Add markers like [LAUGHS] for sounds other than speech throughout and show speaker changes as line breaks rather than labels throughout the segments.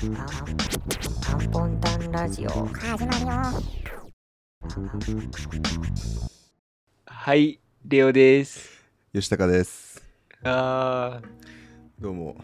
タンポンタンラジオ
始まるよ
はい、レオです。
吉高です。
あ
どうも。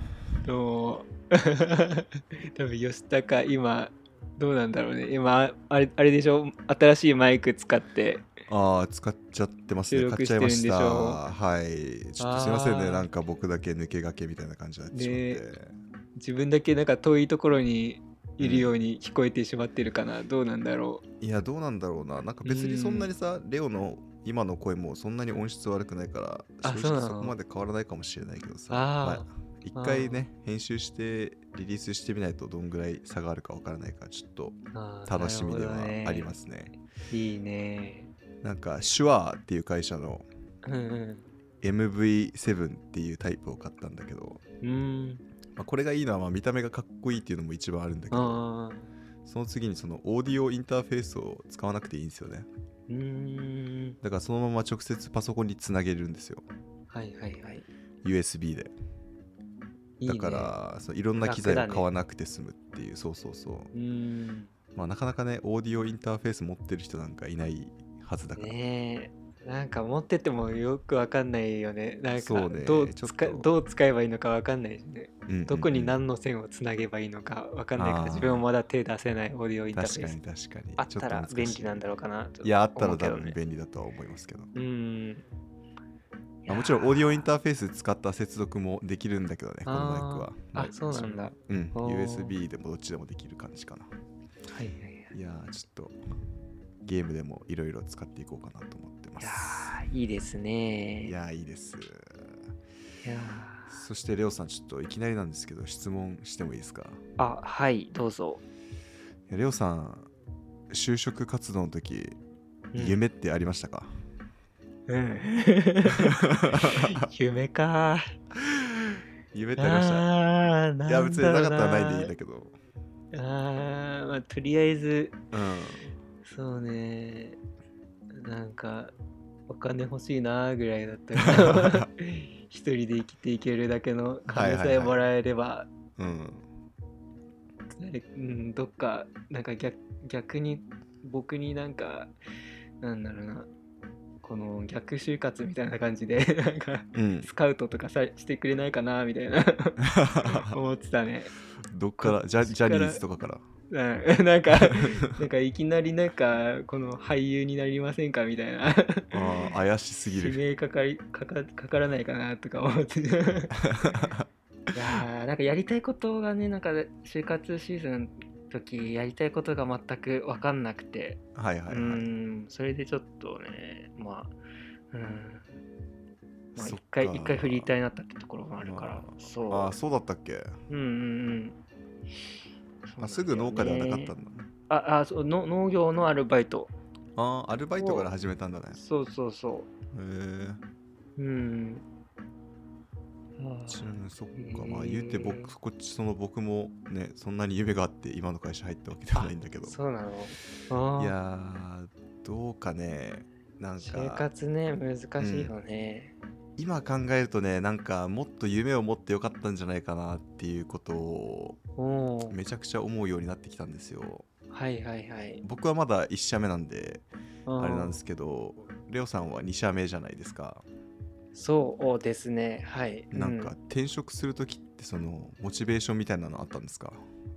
ー、どうも。 [LAUGHS] 多分吉高、今、どうなんだろうね。今、あれあれでしょ新しいマイク使って。
ああ、使っちゃってます
収
ね。
録
買っ
して
ち
る
ゃ
んで
いま
し
し
ょ
た。はい。ちょっとすいません
あー
ね。なんか僕だけ抜け駆けみたいな感じになってしまって。
自分だけなんか遠いところにいるように聞こえてしまってるかな。どうなんだろ
いや、どうなんだろうな。なんか別にそんなにさ、レオの今の声もそんなに音質悪くないから、
あ
正
そうな
直
の
そこまで変わらないかもしれないけどさ。
あー
まあ一回ね、編集してリリースしてみないとどんぐらい差があるかわからないから、ちょっと
う。あー。
楽しみではありますすね。
いいね。
なんか、シュワーっていう会社の
うんう
MV7 っていうタイプを買ったんだけど、
ん。うん。
まあ、これがいいのはまあ見た目がかっこいいっていうのも一番あるんだけど
あ
その次にそのオーディオインターフェースを使わなくていいんですよね
ー。うーん。
だからそのまま直接パソコンにつなげるんですよ
はいはいはい。
USB で
いい
だ
ね
からいそのいろんな機材を買わなくて済むっていう、そうそうそう
うーん。
まあなかなかねオーディオインターフェース持ってる人なんかいないはずだから、
ねえなんか持っててもよくわかんないよねなんか
そうね
どう
ちょっと
使いどう使えばいいのかわかんないしね
うんうんうん
どこに何の線をつなげばいいのかわかんないから
あー
自分はまだ手出せないオーディオインターフェ
確か
ース
に確かに
あったら便利なんだろ
ろ
うかな
ういやあった
と思
ら
うけ
多
ど
分
ね
便利だとは思いますけど
うん
まあもちろんオーディオイン
ー
ターフェース使った接続もできるんだけどねこのマイクは
あ
ま
そうなんだは
うん、
おー
USB でもどっちでもできる感じかな。
いはいはい
いやー、ちょっとゲームでもいろいろ使っていこうかなと思ってま
い
す
や。ーいいですね
いやー、いいです。
いや
そして、レオさん、ちょっといきなりなんですけど、質問してもいいですか
ーあはいどうぞ、
いやレオさん、就職活動の時、
うん
夢ってありまし
[LAUGHS]
たか
うん [LAUGHS] 夢か
夢ってありました
あー
いや、別になかったらないでいいん
だ
だけど。
あー、まあ、とりあえず、
うん。
そうね、なんか、お金欲しいなぐらいだったから、一人で生きていけるだけの金
はいはいはい
さえもらえれば、
うん。
誰うん、どっか、なんか逆逆に、僕になんか、なんだろうな、この逆就活みたいな感じで、なんか、
うん。
スカウトとかさしてくれないかなみたいな思ってたね。
どっからジャ、
こっちから
ジャニーズと
[LAUGHS]
かから。
うんなんか、 [LAUGHS] なんかいきなりなんか、この俳優になりませんかみたいな。
あー怪しすぎ
[LAUGHS] 指
る。
名かかりかかかからないかなとか思
[LAUGHS]
って。いやーなんかやりたいことがね、なんか就活シーズンの時やりたいことが全く分かんなくて、
はいは
う
いはい。
ん、それでちょっとね、まあ、うん。まあ、
そっ
一
か
回一回フリーターになったってところもあるから
ま、あ
そう。
ああ、そうだったっけ
うんうんうん。そうなんだよ
あ
ね
すぐ農家ではなかったんだね。
ああそうの農業のアルバイト
ああ、アルバイトから始めたんだね。
そうそうそ
へえ。
ううんあ
ちなみにそっ
へ
か、
え
まあ言うて僕、こっちその僕もね、そんなに夢があって今の会社入ったわけではないんだけど。
ー
い
そうなのあー
やー、どうかね。なん
就
か、
活ね難しいよね、
今考えるとね、なんかもっと夢を持ってよかったんじゃないかなっていうことを
おお
めちゃくちゃ思うようになってきたんですよ。
はいはいはい
僕はまだ1社目なんで、
あ
あれなんですすけど、レオさんは2社目じゃないですか。
そうですねはい
なん
う
か転職する時ってそのモチベーションみたいなのあったんですか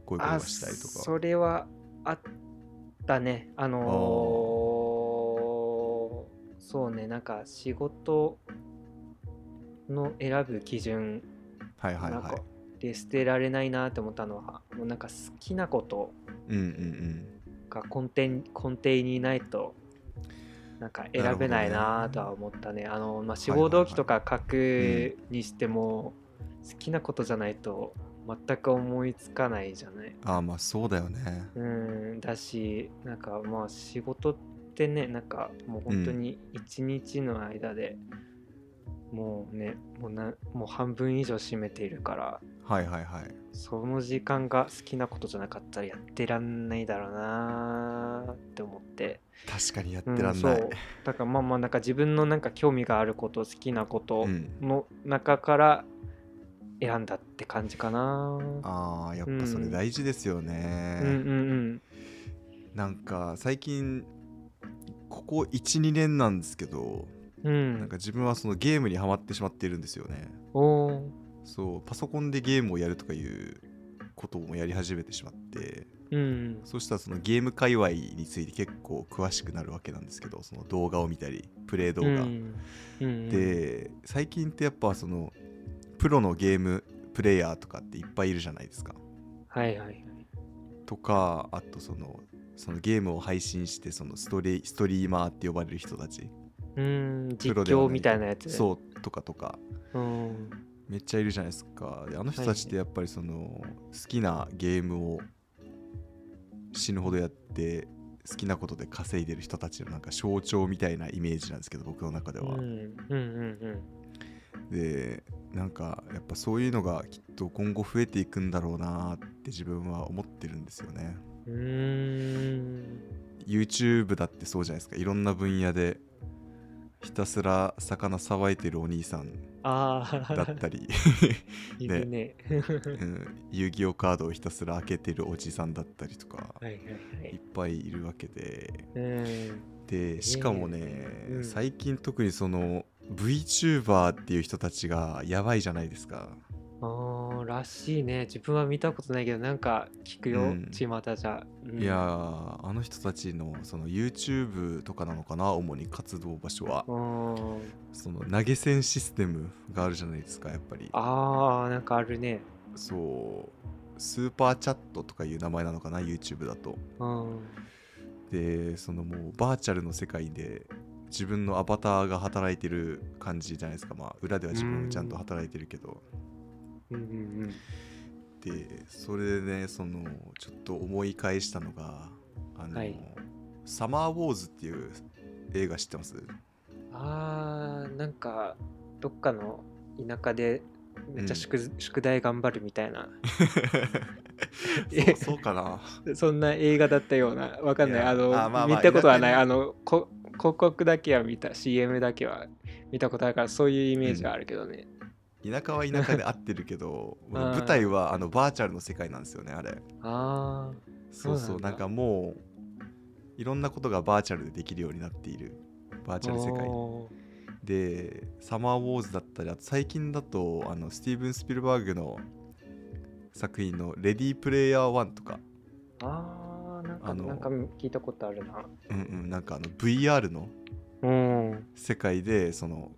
こういうこと
あ
がしたいとか。
それはあったねあのー
あ
そうねなんか仕事の選ぶ基準
はいはい
なん
は
か
い。
で捨てられないなって思ったのはもうなんか好きなこと
うんうん
が根底に根底にないとなんか選べないなとは思ったねあの、まあ、志望動機とか書くにしても好きなことじゃないと全く思いつかないじゃない
うん。ああまあそうだよね。
うんだしなんかまあ仕事ってねなんかもう本当に一日の間で、もうねもうなもう半分以上占めているから
はいはいはい。
その時間が好きなことじゃなかったらやってらんないだろうななーって思って、
確かにやって
うん
らん
そ
ない。
うだからまあまあなんか自分のなんか興味があること好きなこと
うん
の中から選んだって感じかな
ああ、やっぱそれ大事ですよね。
うんうん
なんか最近ここ12年なんですけど、
うんう
なん
ん
か自分はそのゲームにはまってしまっているんですよね
おー
そうパソコンでゲームをやるとかいうこともやり始めてしまって
うん
そしたらそのゲーム界隈について結構詳しくなるわけなんですけどその動画を見たりプレイ動
う
画、
んうん
で最近ってやっぱそのプロのゲームプレイヤーとかっていっぱいいるじゃないですか
はいはいはい
とかあとそのそのゲームを配信してそのストリストリーマーって呼ばれる人たち
うん実
プロではな
況
い
みたいなやつう
そうとかとか
うん
めっちゃいるじゃないですかであの人たちってやっぱりその好きなゲームを死ぬほどやって好きなことで稼いでる人たちのなんか象徴みたいなイメージなんですけど僕の中で
うん
は、
うんうん
でなんかやっぱそういうのがきっと今後増えていくんだろうなーって自分は思ってるんですよね
うんうーん
YouTube だってそうじゃないですかいろんな分野でひたすら魚さばいてるお兄さん
あ
だ
あ
ったり
[LAUGHS] いるね [LAUGHS]
うん遊戯王カードをひたすら開けてるおじさんだったりとか、、
はいはいはい
っ
い
ぱいいるわけで
うん
でしかもね、
うん
最近特にその VTuber っていう人たちがやばいじゃないですか
あーらしいね自分は見たことないけどなんか聞くよ、
うん
ちまたじゃ、うん
いやーあの人たちのその YouTube とかなのかな主に活動場所は
うん
その投げ銭システムがあるじゃないですかやっぱり
あーなんかあるね
そうスーパーチャットとかいう名前なのかな YouTube だと
うん
でそのもうバーチャルの世界で自分のアバターが働いてる感じじゃないですかまあ裏では自分もちゃんと働いてるけど
うんうん
でそれでねそのちょっと思い返したのがあの、
はい
サマーウォーズっていう映画知ってます
うんあーなんかどっかの田舎でめっちゃ宿,、宿題頑張るみたいな [LAUGHS]
そうそうかな
そんな映画だったようなわかんない
いや
あの
あまあまあ
見たことはない
田舎
あのこ広告だけは見た CM だけは見たことあるからそういうイメージはあるけどね、
田舎は田舎で合ってるけど
ん
舞台はあのバーチャルの世界なんですよねあれ
あー
そう
そ
そうう
な
なん
だ
んかもういろんなことがバーチャルでできるようになっているバーチャル世界
おー
で「サマーウォーズ」だったりあと最近だとあのスティーブン・スピルバーグの作品の「レディープレイヤー1」とか、
あーなんか
あの
なんか聞いたことあるな
うんうん、なんかあの VR の
うんう
世界でその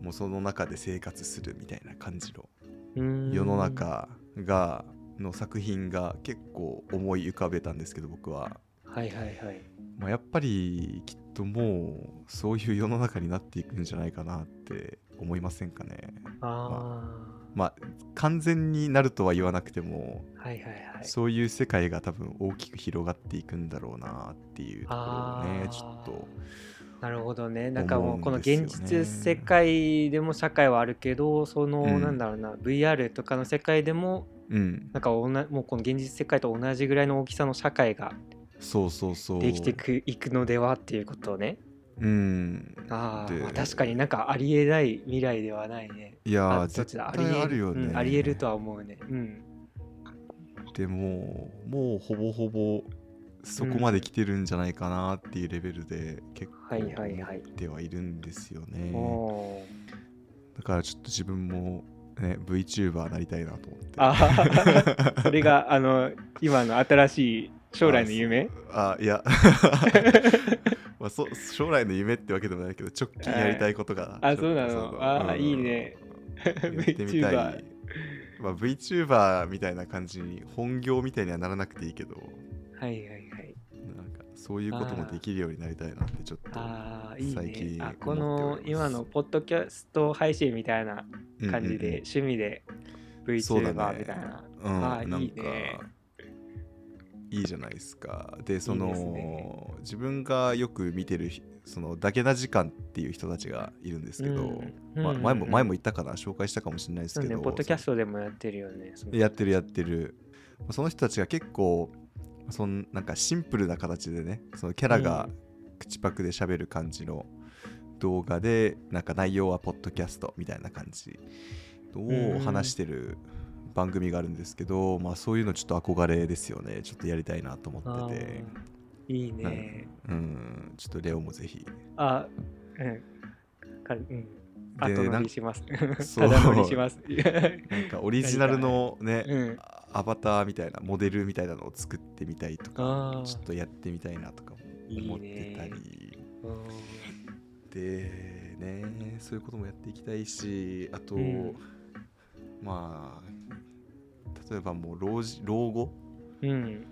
もうその中で生活するみたいな感じの
ーん
世の中がの作品が結構思い浮かべたんですけど僕は、
はいはいはい
まあ、やっぱりきっともうそういう世の中になっていくんじゃないかなって思いませんかね
あ
まあ完全になるとは言わなくても
あはいはいはい
そういう世界が多分大きく広がっていくんだろうなっていうところを
あ
ね
ー
ちょっと
なるほどねなんかもうこの
思うんですよ
現
ね
実世界でも社会はあるけどその、
うん
なんだろうな VR とかの世界でも
うん
なんかおなもうこの現実世界と同じぐらいの大きさの社会が
そうそうそう
できてくいくのではっていうことをね
うん
あー、
で
まあ確かになんかありえない未来ではないね
いや
あ
ー
どっ
絶
ちだ
対あるよね、
うんありえるとは思うねうん
でももうほぼほぼそこまで来てるんじゃないかなっていうレベルで結構
はいはいはい
思ってはいるんですよね、
おー
だからちょっと自分もね VTuber なりたいなと思って
あーそれがあの今の新しい将来の夢
[LAUGHS]
[LAUGHS]
あい [LAUGHS] やまあ、そ将来の夢ってわけでもないけど直近やりたいことが
あ
ちょっと
そうなのあーいいね
やってみたい
VTuber
まあ、VTuber みたいな感じに本業みたいにはならなくていいけど
はいはいはい
なんかそういうこともできるようになりたいなってちょっと
ああいい
最
ね
近
あ
思って
この
おります
今のポッドキャスト配信みたいな感じで、趣味で
そうだ
VTuber
ね
みたいな、
うんうんうん、うん
あー
なん
い
か
いね
いいじゃないですかでそ
い
の
いですね
自分がよく見てるひそのだけな時間っていう人たちがいるんですけど、
うん
まあ、
うん
前も前も言ったかな紹介したかもしれないです
そう
けど、
ねポッドキャストでもやってるよねその
やってるやってるまあその人たちが結構そんなんかシンプルな形でねそのキャラ
う
が
ん
口パクで喋る感じの動画でなんか内容はポッドキャストみたいな感じ
う
を
ん
話してる番組があるんですけど、まあそういうのちょっと憧れですよねちょっとやりたいなと思
あ
ってて
ーいいね。
うんちょっとレオもぜひ
あ、うん。かうん。
で
後
な
乗
ん
りします。た
そう
だ乗りします。 [LAUGHS]
なんかオリジナルのね、
うん。
アバターみたいなモデルみたいなのを作ってみたいと
あ
か
ー
ちょっとやってみたいなとかも思ってたり
いいうん
でねそういうこともやっていきたいしあと、
うん
まあ例えばもう老人老後
うん。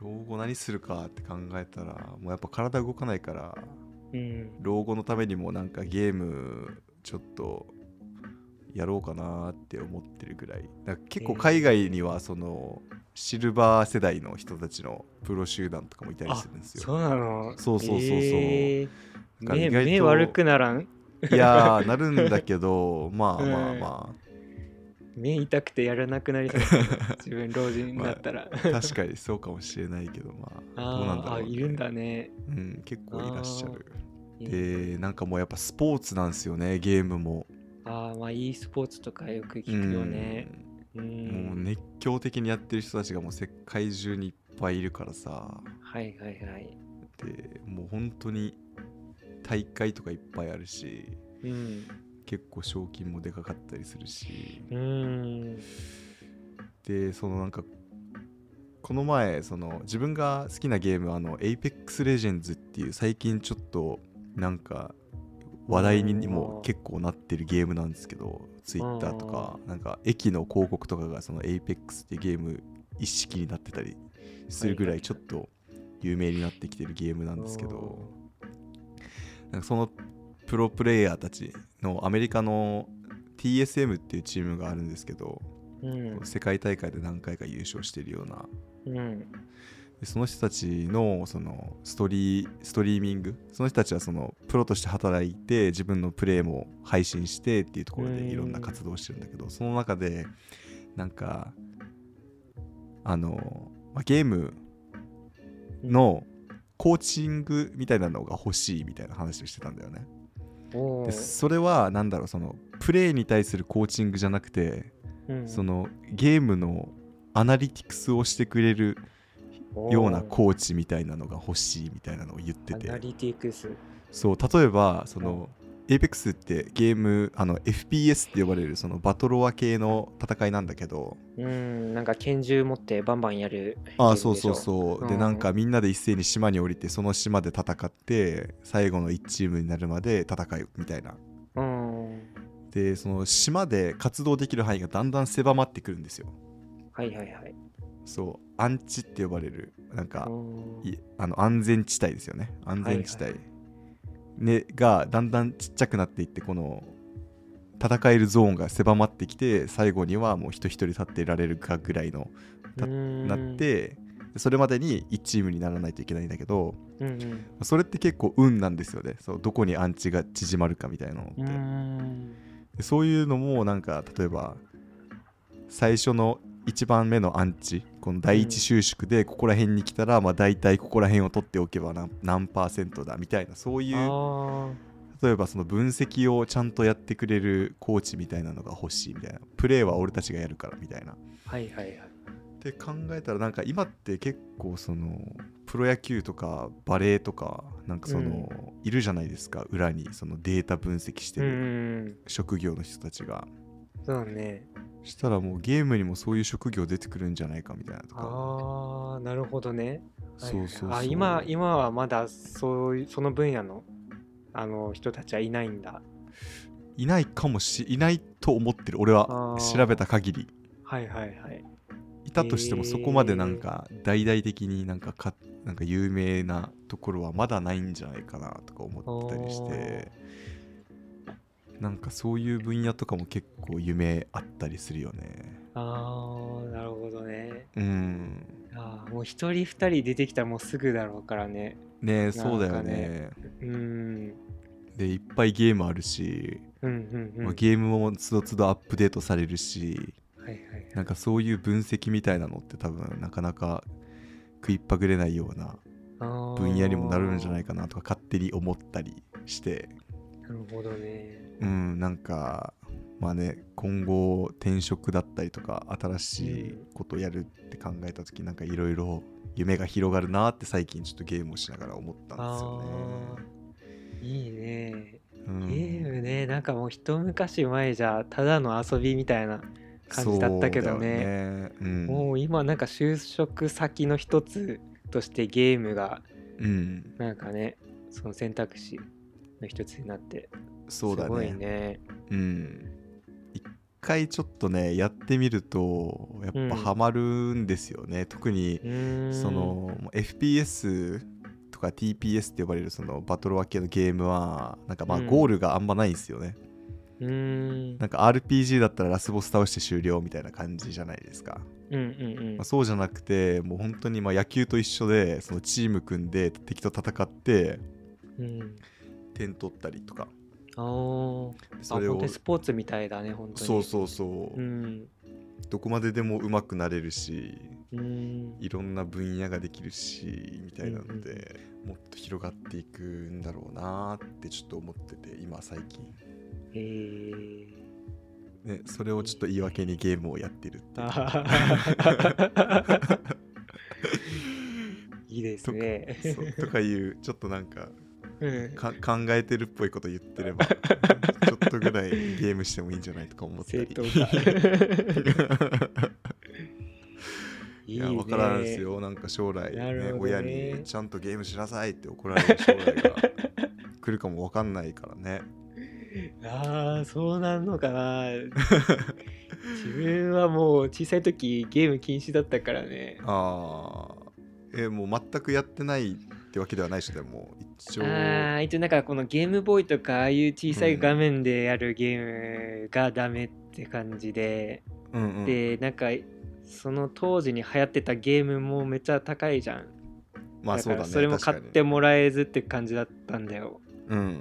老後何するかって考えたらもうやっぱ体動かないから
うん。
老後のためにもなんかゲームちょっとやろうかなって思ってるぐらいだから結構海外にはそのシルバー世代の人たちのプロ集団とかもいたりするんですよ
そうなの
そうそうそうそう
え
だか
ー目
ら意外と
目悪くならん
いやーなるんだけどまあ
うん
まあま
目痛くてやらなくな
[LAUGHS]
りそう自分老人になったら、 [LAUGHS]
あ確かにそうかもしれないけどまあどうなんだ
あーあ
ろうね、
いるんだね
うん、結構いらっしゃる
いいね
でなんかもうやっぱスポーツなんですよねゲームも
ああまあ e スポーツとかよく聞くよねうん、
うんもう熱狂的にやってる人たちがもう世界中にいっぱいいるからさ
はいはいはい
でもう本当に大会とかいっぱいあるし
うん
結構賞金もでかかったりするし
うん
でそのなんかこの前その自分が好きなゲームあの Apex Legends っていう最近ちょっとなんか話題にも結構なってるゲームなんですけど Twitter とかなんか駅の広告とかがその Apex っていうゲーム一式になってたりするぐらいちょっと有名になってきてるゲームなんですけどなんかそのプロプレイヤーたちのアメリカの TSM っていうチームがあるんですけど
うん
世界大会で何回か優勝してるような
うん
でその人たちのそのストリストリーミングその人たちはそのプロとして働いて自分のプレーも配信してっていうところで
うん
いろんな活動をしてるんだけどその中でなんかあの、まあゲームのコーチングみたいなのが欲しいみたいな話をしてたんだよね。
お
で
ー
それはなんだろうそのプレーに対するコーチングじゃなくて
うん
そのゲームのアナリティクスをしてくれるようなコーチみたいなのが欲しいみたいなのを言って
アナ
て
リティクス
そう例えばその APEX ってゲームあの FPS って呼ばれるそのバトロワ系の戦いなんだけど
うんなんか拳銃持ってバンバンやる
あ
ゲ
あ
ー
そ
ム
う
でし
そ
ょ
うそう、で
うん
なんかみんなで一斉に島に降りてその島で戦って最後の1チームになるまで戦うみたいな
うん
でその島で活動できる範囲がだんだん狭まってくるんですよ
はいはいはい
そうアンチって呼ばれるなんか
うん
いあの安全地帯ですよね安全地帯、
はいはい
ね、がだんだんちっちゃくなっていってこの戦えるゾーンが狭まってきて最後にはもう人一人立っていられるかぐらいのた
うん
なってでそれまでに1チームにならないといけないんだけど
うんうん
それって結構運なんですよねそうどこにアンチが縮まるかみたいなのって、
うーん
でそういうのもなんか例えば最初の1番目のアンチこの第一収縮でここら辺に来たら、まあ大体ここら辺を取っておけば何何パーセントだみたいなそうい
あ
う
ー
例えばその分析をちゃんとやってくれるコーチみたいなのが欲しいみたいなプレーは俺たちがやるからみたいな。っ
はいはいはい。
て考えたらなんか今って結構そのプロ野球とかバレーとかなんかその、いるじゃないですか裏にそのデータ分析して
う
る
ん、
職業の人たちが。
そうだね。
したらもうゲームにもそういう職業出てくるんじゃないかみたいなとか
ああ、なるほどね。はい
そうそうそう
あ今今はまだそういうその分野のあの人たちはいないんだ。
いないかもしいないと思ってる俺は
あー
調べた限り
はいはいはい。
いたとして
へ
も
ー
そこまでなんか大々的になんかかなんか有名なところはまだないんじゃないかなとか思ってたりしてなんかそういう分野とかも結構夢あったりするよね
ああ、なるほどね。
うん
あーもう一人二人出てきたらもうすぐだろうからね。
ねえそうだよね
うん。
でいっぱいゲームあるし、
うんうんうん。
まあ
はい
ゲームもつどつどアップデートされるし
はいはい。
なんかそういう分析みたいなのって多分なかなか食いっぱぐれないような分
分
野にもなるんじゃないいかなとか勝手に思ったりして
なるほどね。
うんなんかまあね今後転職だったりとか新しいことやるって考えた時なんかいろいろ夢が広がるなって最近ちょっとゲームをしながら思ったんですよ
あーいいね。
ね。うん
ゲームね、なんかもう一昔前じゃただの遊びみたいな感じだったけどね。
そうだよねうん
もう今なんか就職先の一つとしてゲームが
うん、
なんかねその選択肢の一つになって
そうだ
すご
ね
いね
うん一回ちょっとねやってみるとやっぱハマるんですよね、特に
うーん
その FPS とか TPS って呼ばれるそのバトルワー系のゲームはなんかまあ
うん
ゴールがあんまないんですよね、
うーん
なんか RPG だったらラスボス倒して終了みたいな感じじゃないですか、
うんうんうん
まあ、そうじゃなくてもう本当にまあ野球と一緒でそのチーム組んで敵と戦って
うん
点取ったりとか
あーあ
それ
本
を
当にスポーツみたいだね本当に
そうそうそう、
うん
どこまででも上手くなれるし
うーん
いろんな分野ができるしみたいなの
うん
で、もっと広がっていくんだろうなーってちょっと思ってて今最近、
えー
[LAUGHS] ね、それをちょっと言い訳にゲームをやってるっていう
あはははいいですね。 [LAUGHS]
そうとかいうちょっとなんか
うん [LAUGHS]
か考えてるっぽいこと言ってればちょっとぐらいゲームしてもいいんじゃないとか思った
正
り
当
[LAUGHS]
化。
い
い
や
ね
分からんです。よなんか将来、
なる
ね
ほどね
親にちゃんとゲームしなさいって怒られる将来が来るかも分かんないからね
ああ、そうなんのか
[LAUGHS]
な。自分はもう小さい時ゲーム禁止だったからね。
ああえーもう全くやってないってわけではないしでも一応
ああ、一応なんかこのゲームボーイとかああいう小さい画面でやるゲームがダメって感じで、
うんうん
でなんかその当時に流行ってたゲームもめっちゃ高いじゃん。
まあ
だ
そう
から
だね
それも買って
も
もらえずって感じだったんだよ。
うん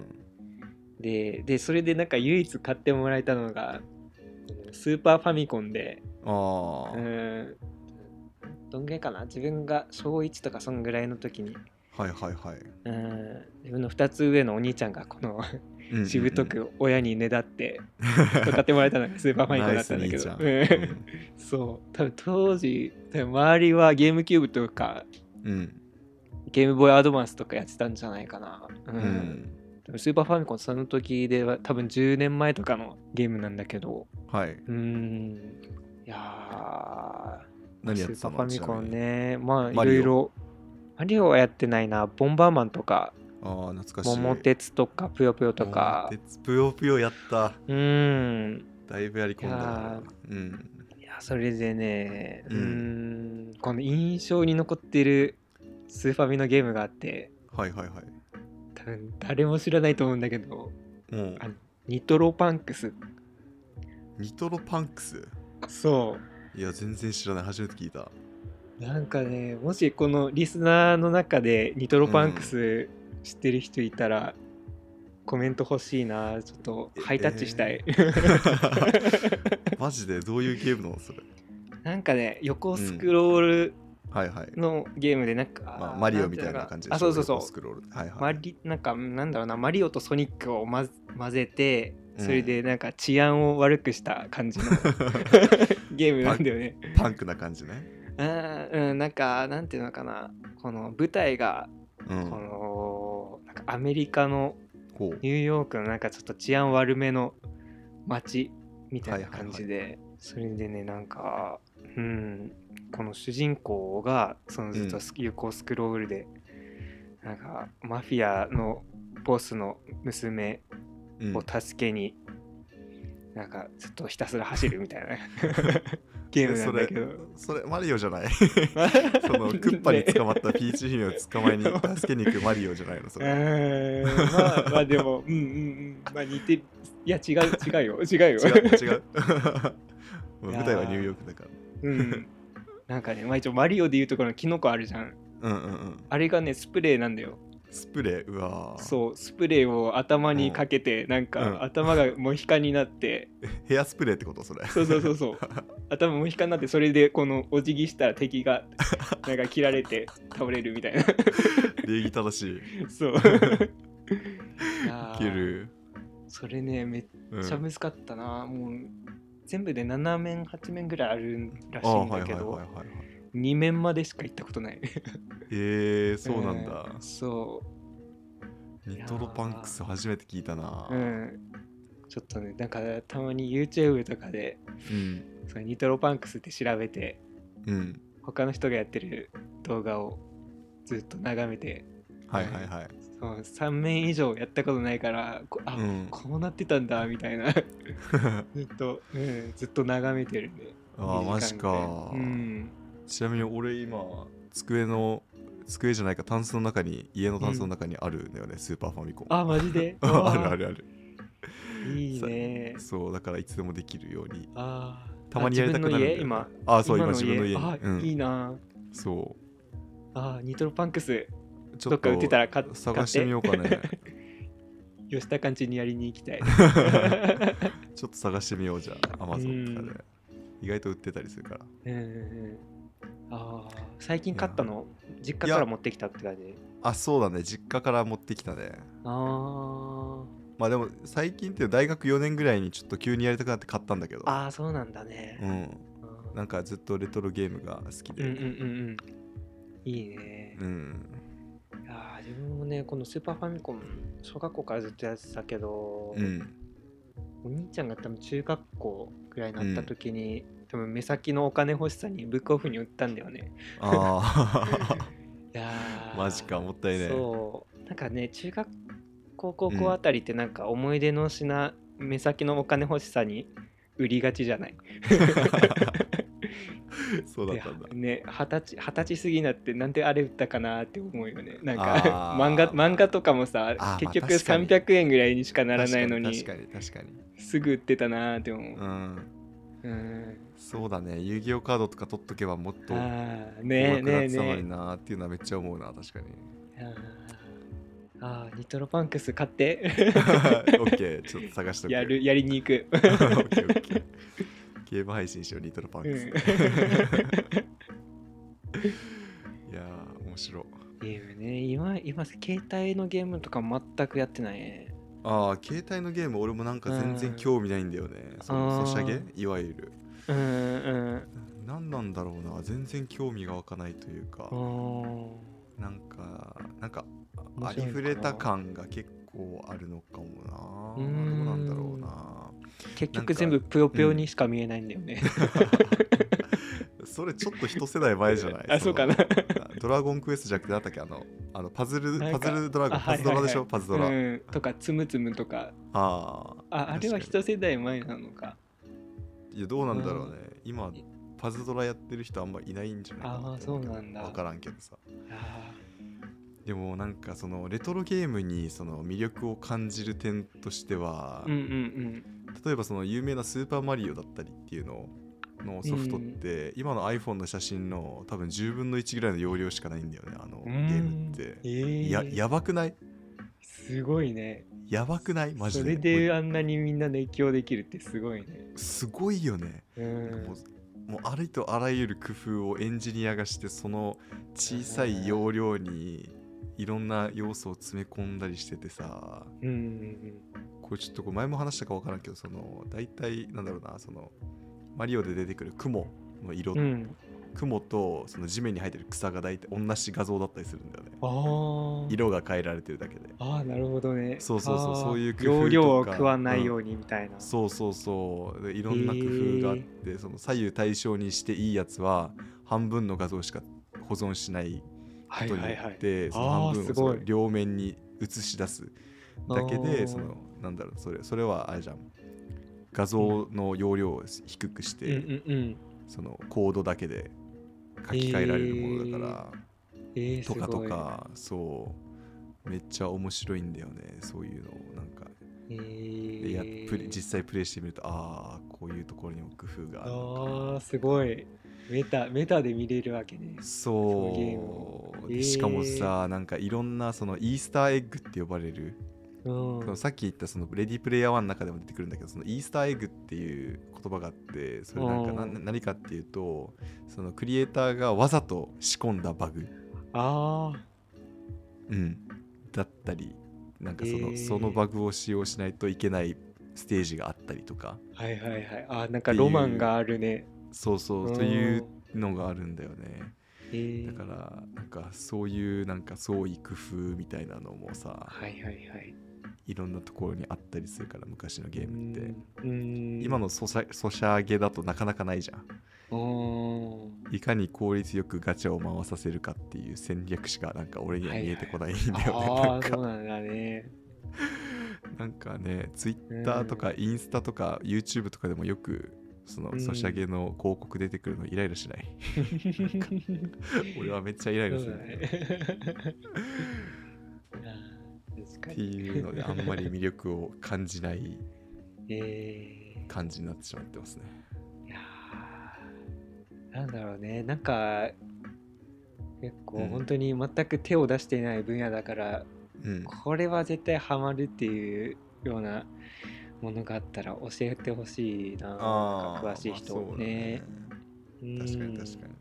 ででそれでなんか唯一買ってもらえたのがスーパーファミコンで
あ
う
あ、
ーんどんぐらいかな自分が小1とかそんぐらいの時に
はいはいはい、
うーん自分の2つ上のお兄ちゃんがこの
うんうんうん
しぶとく親にねだっ
[LAUGHS]
て買ってもらえたのがスーパーファミコンだったんだけど
ナイス兄ちゃ
う
ん
んそう多分当時多分周りはゲームキューブとか
うんうん
ゲームボーイアドバンスとかやってたんじゃないかな、うん
うん
多分スーパーファミコンその時では多分10年前とかのゲームなんだけど、
はい。
うーんいやー
何やってた
スー
の
パーファミコン。ねまあい
マ
ろ
リオ
いろマリオはやってないなボンバーマンとか
ちなみにああ、懐かしい。
桃鉄とかぷよぷよとか
桃鉄ぷよぷよやった。
うーん
だいぶやり込んだ
いや
な。うん。
いやそれでねう
うん
ーんこの印象に残ってるスーファミのゲームがあって
はいはいはい。
多分誰も知らないと思うんだけど
もう
あ、ニトロパンクス
ニトロパンクス。
そう
いや、全然知らない。初めて聞いた。
なんかねもしこのリスナーの中でニトロパンクス知ってる人いたら、コメント欲しいなちょっと
え
ハイタッチしたい、
[LAUGHS] マジでどういうゲームなのそれ。
[LAUGHS] なんかね横スクロール
はいはい。
のゲームでなんか、
まあ、マリオみたいな感じで
あ
しょ
そうそうそ
横ス
う
クロール。はいは
マ
い。
リなんかなんだろうなマリオとソニックを混ぜ混ぜてそれでなんか治安を悪くした感
[LAUGHS]
じの、ゲームなんだよね
パンクな感じね。
うんうんなんかなんていうのかなこの舞台が
う
こ
ん。
のなんかアメリカの
こう。
ニューヨークのなんかちょっと治安悪めの街みたいな感じで、それでねなんかうんこの主人公がそのずっとス横スクロールで、なんかマフィアのボスの娘
うん
を助けに、なんかずっとひたすら走るみたい
[LAUGHS]
な [LAUGHS] ゲームなんだけど。
それ、それマリオじゃない。そ
[LAUGHS]
のクッパに捕まったピーチ姫を捕まえに助けに行くマリオじゃないのそ
う
れ。
ーんまあま
[LAUGHS]
あでもうんうんうんまあ似ていや違う違
[LAUGHS]
うよ違うよ
違う違う。 [LAUGHS] もう舞台はニューヨークだか
うん、なんかね、まあ、一応マリオでいうところのキノコあるじゃん
ら。うんうんうん。
あれがねスプレーなんだよ
スプレーうわー
そうスプレーを頭にかけて、なんか、
うん
頭がモヒカンになって
ヘアスプレーってことそれ
そうそうそう
[LAUGHS]
そう頭モヒカンになってそれでこのお辞儀したら敵が
[LAUGHS]
なんか切られて倒れるみたいな
礼儀正しい [LAUGHS]
そう
いける、
それねめっ
うん
ちゃ難かったな、もう全部で7面8面ぐらいあるらし
あ
い
ー
ん
は
だ
いはい
け
はい
ど、
はいはい
2面までしか行ったことない
えー、そうなんだ、
うんそ
ニトロパンクス初めて聞いたな
ううんちょっとねなんかたまに YouTube とかで
うん
そのニトロパンクスって調べて
うん
他の人がやってる動画をずっと眺めて
はいはいはい、
そう3面以上やったことないからこあ、
うん
こうなってたんだみたい
[LAUGHS]
なずっと、うん、ずっと眺めてるね
ああ
2
マ
時
ジ
間
か、
ぐらいうん
ちなみに俺今机の机じゃないかタンスの中に家のタンスの中にあるんだよね、スーパーファミコン
あマジで
[LAUGHS] あるあ
る
るある
いいね
そうだからいつでもできるように
あー
たまにやりたくなるんだよね
自分の家今
あそう今自分の家に
あ、
うん、
いいな
そ
あニトロパンクス
うち
どっか売ってたら買っ
探してみようかね
吉田んちにやりに行きたい
[LAUGHS] [LAUGHS] ちょっと探してみようじゃあアマゾンとかで、
うん
意外と売ってたりするから
うんうんうんあー最近買ったの実家から持ってきたって感じ
あそうだね実家から持ってきたね
あー
まあでも最近っていう大学4年ぐらいにちょっと急にやりたくなって買ったんだけど
あーそうなんだね
うん
うん
なんかずっとレトロゲームが好きで
うんうんうんうんいいね、
うん
あー自分もねこのスーパーファミコン小学校からずっとやってたけど、
うん
お兄ちゃんが多分中学校くらいになった時に、多分目先のお金欲しさにブックオフに売ったんだよね
あ
いや
あ
[LAUGHS] ー
マジかもったいね
そうなんかね中学校高校あたりってなんか思い出の品、目先のお金欲しさに売りがちじゃない
[LAUGHS] そうだったんだ
でね二十歳二十歳過ぎになってなんであれ売ったかなって思うよねなん
あ
か
ー
漫画漫画とかもさ
あー
結局
まあ確かに
300円ぐらいにしかならないのに
確かに確かに確か
すぐ売ってたなって思
に
う、
うん
うん、
そうだね遊戯王カードとか取っとけばもっと
あ
高
ーねえ
くなっ
ねえ
てたのに
ね
なーっていうのはめっちゃ思うな確かに [LAUGHS]
えあーあーニトロパンクス買って
[LAUGHS] オッケーちょっと探しとく
やるやりに行く
[LAUGHS] オッケーオッケーゲーム配信しようニトロパンク [LAUGHS] ス、いやー面白い
ゲームね今今携帯のゲームとか全くやってないね
ああ携帯のゲーム俺もなんか全然興味ないんだよね、そ
あ
の
ー
ソシャゲいわゆる
うんうん
何なんだろうな全然興味が湧かないというか、
お
なんかなん
面
か
白いのかな
ありふれた感が結構あるのかも
う
など
ーん
うなんだろうな
ー結
なんか
局全部ぷよぷよにしか見えないんだよね、
それちょっと一世代前じゃない
[LAUGHS] あそうかな
のドラゴンクエストじゃなくてなんだっけあのあのパズル
なんか
パズルドラゴン
あ
パズドラでしょ、
はい
パズドラ、
うん、とかつむつむとか
ああ
ああれは
確か
一世代前なのか
いやどうなんだろうね、今パズドラやってる人あんまいないんじゃないかな
あーそうなんだ
分からんけどさ
あ
でもなんかそのレトロゲームにその魅力を感じる点としては、
ーうんうん
例えばその有名な「スーパーマリオ」だったりっていうののソフトって、今の iPhone の写真の多分10分の1ぐらいの容量しかないんだよねあの
う
ゲ
ん
ームって
えー、
ややばくない
すごいね
やばくないマジ
そ
で
れであんなにみんな熱狂できるってすごいね
すごいよね
う
も
ん
うもうありとあらゆる工夫をエンジニアがしてその小さい容量にいろんな要素を詰め込んだりしててさ
うんうん
これちょっとこう前も話したか分からんけどその大体なんだろうなそのマリオで出てくる雲の色、
うんうん
雲とその地面に生えてる草が大体同じ画像だったりするんだよね
あー
色が変えられてるだけで
あーなるほどね
そうそうそう
あー
そういう工夫とか
容量を食わないようにみたいな、
そうそうそうでいろんな工夫があって、その左右対称にしていいやつは半分の画像しか保存しない
はい
ことに
は
よ
いは
っ
い
てその
あー
半分を
すごい
その両面に映し出すだけ
あー
でそのなんだろうそれそれはあれじゃん画像の容量を低くし
う
て、
んうんうん
そのコードだけで書き換えられるものだから、
えー、
とか
す
と
ごい
かそうめっちゃ面白いんだよねそういうのをなんか
え
でや
ー、
プレ実際プレイしてみるとああこういうところにも工夫があるのかな
あーすごいメタメタで見れるわけねそういうゲーム
そ
を
うでしかもさなんかいろんなそのイースターエッグって呼ばれる、
うん
そのさっき言ったそのレディープレイヤー1の中でも出てくるんだけどそのイースターエッグっていう言葉があってそれなんかな
うん
何かっていうとそのクリエイターがわざと仕込んだバグ、
あ
うん、だったりなんかその,、
へー
そのバグを使用しないといけないステージがあったりとか
あはいはいはいあーなんかロマンがあるね
そうそう、というのがあるんだよね。
えー
だからなんかそういうなんか創意工夫みたいなのもさ
はいはいはい
いろんなところにあったりするから昔のゲームって
うん
今のソシャソシャゲだとなかなかないじゃん [LAUGHS]
おー
いかに効率よくガチャを回させるかっていう戦略しかなんか俺には見えてこないんだよね、
あ
なん
あそ
か
うなんだね
なんかねツイッターとかインスタとか YouTube とかでもよくその
うん
ソシャゲの広告出てくるのイライラしない
[LAUGHS]
俺はめっちゃイライラ
そう
す
だ
[LAUGHS] る、
ねあー確か
って
に
いうのであんまり魅力を感じない
えー
感じになってしまってますね
いやーなんだろうねなんか結
う
構
ん
本当に全く手を出していない分野だから、
うん
これは絶対ハマるっていうようなものがあったら教えてほしいななんか詳しい人
まあそうだ
ね,、
ね確かに確かに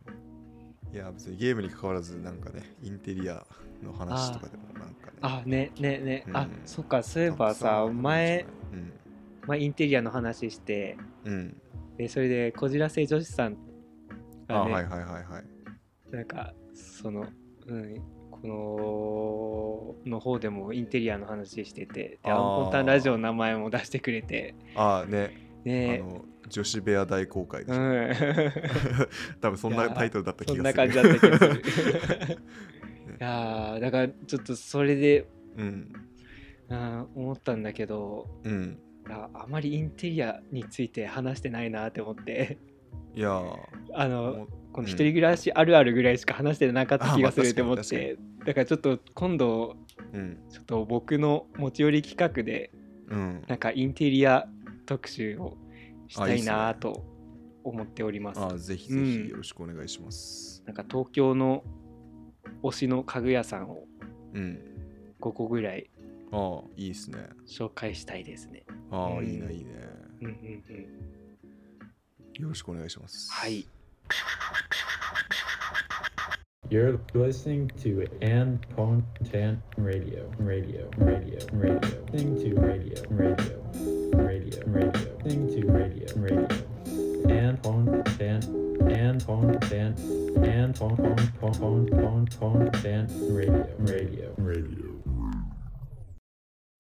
いや別にゲームに関わらずなんかねインテリアの話とかでもなんかね
あねねね、
う
あ
ん
そっかそういえ
たく
ば
さんあ
さ
るんじゃない
前、まあ、インテリアの話して
うんうん
でそれでこじらせ女子さん
あ
がね、
はいはいはいはい
なんかその、うん、このの方でもインテリアの話しててで
あー
アンポンタンラジオの名前も出してくれて
ああねあ
ね
の女子部屋大公開で
う
しょ、
ん [LAUGHS]
[LAUGHS] 多分そんなタイトルだった
そ
気
んな
が
感じ
す
だった
る
気がするいやーだからちょっとそれで、
[LAUGHS] うん
うん、思ったんだけど
うん
ああまりインテリアについて話してないなって思って [LAUGHS]
いやー
あ
も
の
う
この
うん
一人暮らしあるあるぐらいしか話してなかった気がするって
あま
思
あ
っ
確かに
てだからちょっと今度
うん
ちょっと僕の持ち寄り企画で
うん
なんかインテリア特集をしたい
あいい
な
っすね
と思っております。
あぜひぜひよろしくお願いします
なんか東京の推しの家具屋さんを
うん、
5個ぐらい
ああいいですね
紹介したいですね。
ああ、
うん
いいないいね
うんうんうん。
よろしくお願いします
はい。
You're listening to Anpontan Radio, radio, radio, radio, thing to radio, radio, radio, radio, thing to radio, radio. Anpontan, Anpontan, Anpontan, Anpontan, Anpontan, radio, radio, radio.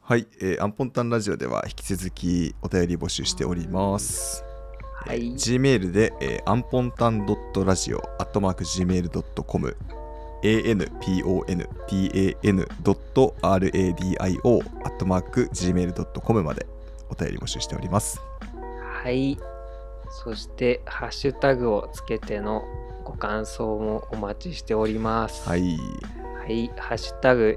はい、えーアンポンタンラジオでは引き続きお便り募集しております。
はい。
Gmail で、えー、アンポンタン .radio.gmail.com anpontan.radio.gmail.com までお便り募集しております。
はい。そしてハッシュタグをつけてのご感想もお待ちしております。
は。い、
はい、ハッシュタグ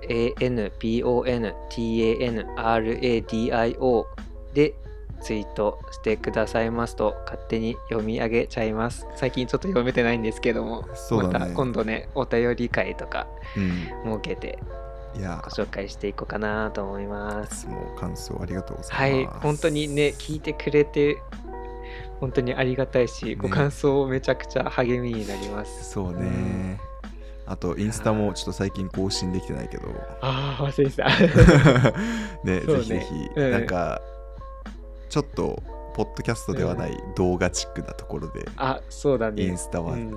ANPONTANRADIO でツイートしてくださいますと勝手に読み上げちゃいます。最近ちょっと読めてないんですけども、
そうだ
ま
ね
た今度ね、お便り会とか
うん、
設けて
いや
ご紹介していこうかなと思いま
い
す。
つも感想ありがとうござ
はいい、
ます。
本当にね、聞いてくれて本当にありがたいし、ご感想めちゃくちゃ励みになります。
そうね。あと、インスタもちょっと最近更新できてないけど。
ああ、忘れてた。
[LAUGHS] ね
そう
ぜ
ね
ひぜひ、
うん
なんかちょっとポッドキャストではない動画チックなところで
[LAUGHS] あ、そうだね。
インスタは
うん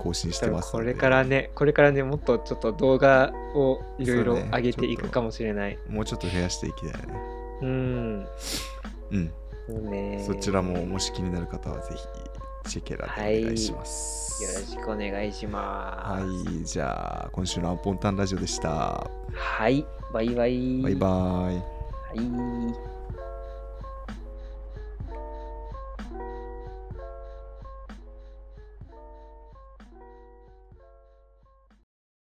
更新してます
こ
ので、
れからねこれからねもっとちょっと動画をいろいろ
そうね
上げてい
ちょ
く
っと
かもしれない、
もうちょっと増やしていきたいね
うん
うん、
そうね
そちらも
よ
もし気になる方はぜひチェケラでお願いします
ろしくお願いしま
はい、
す
じゃあ今週のアンポンタンラジオでした
はい、バイバイ
バイバイ
イはい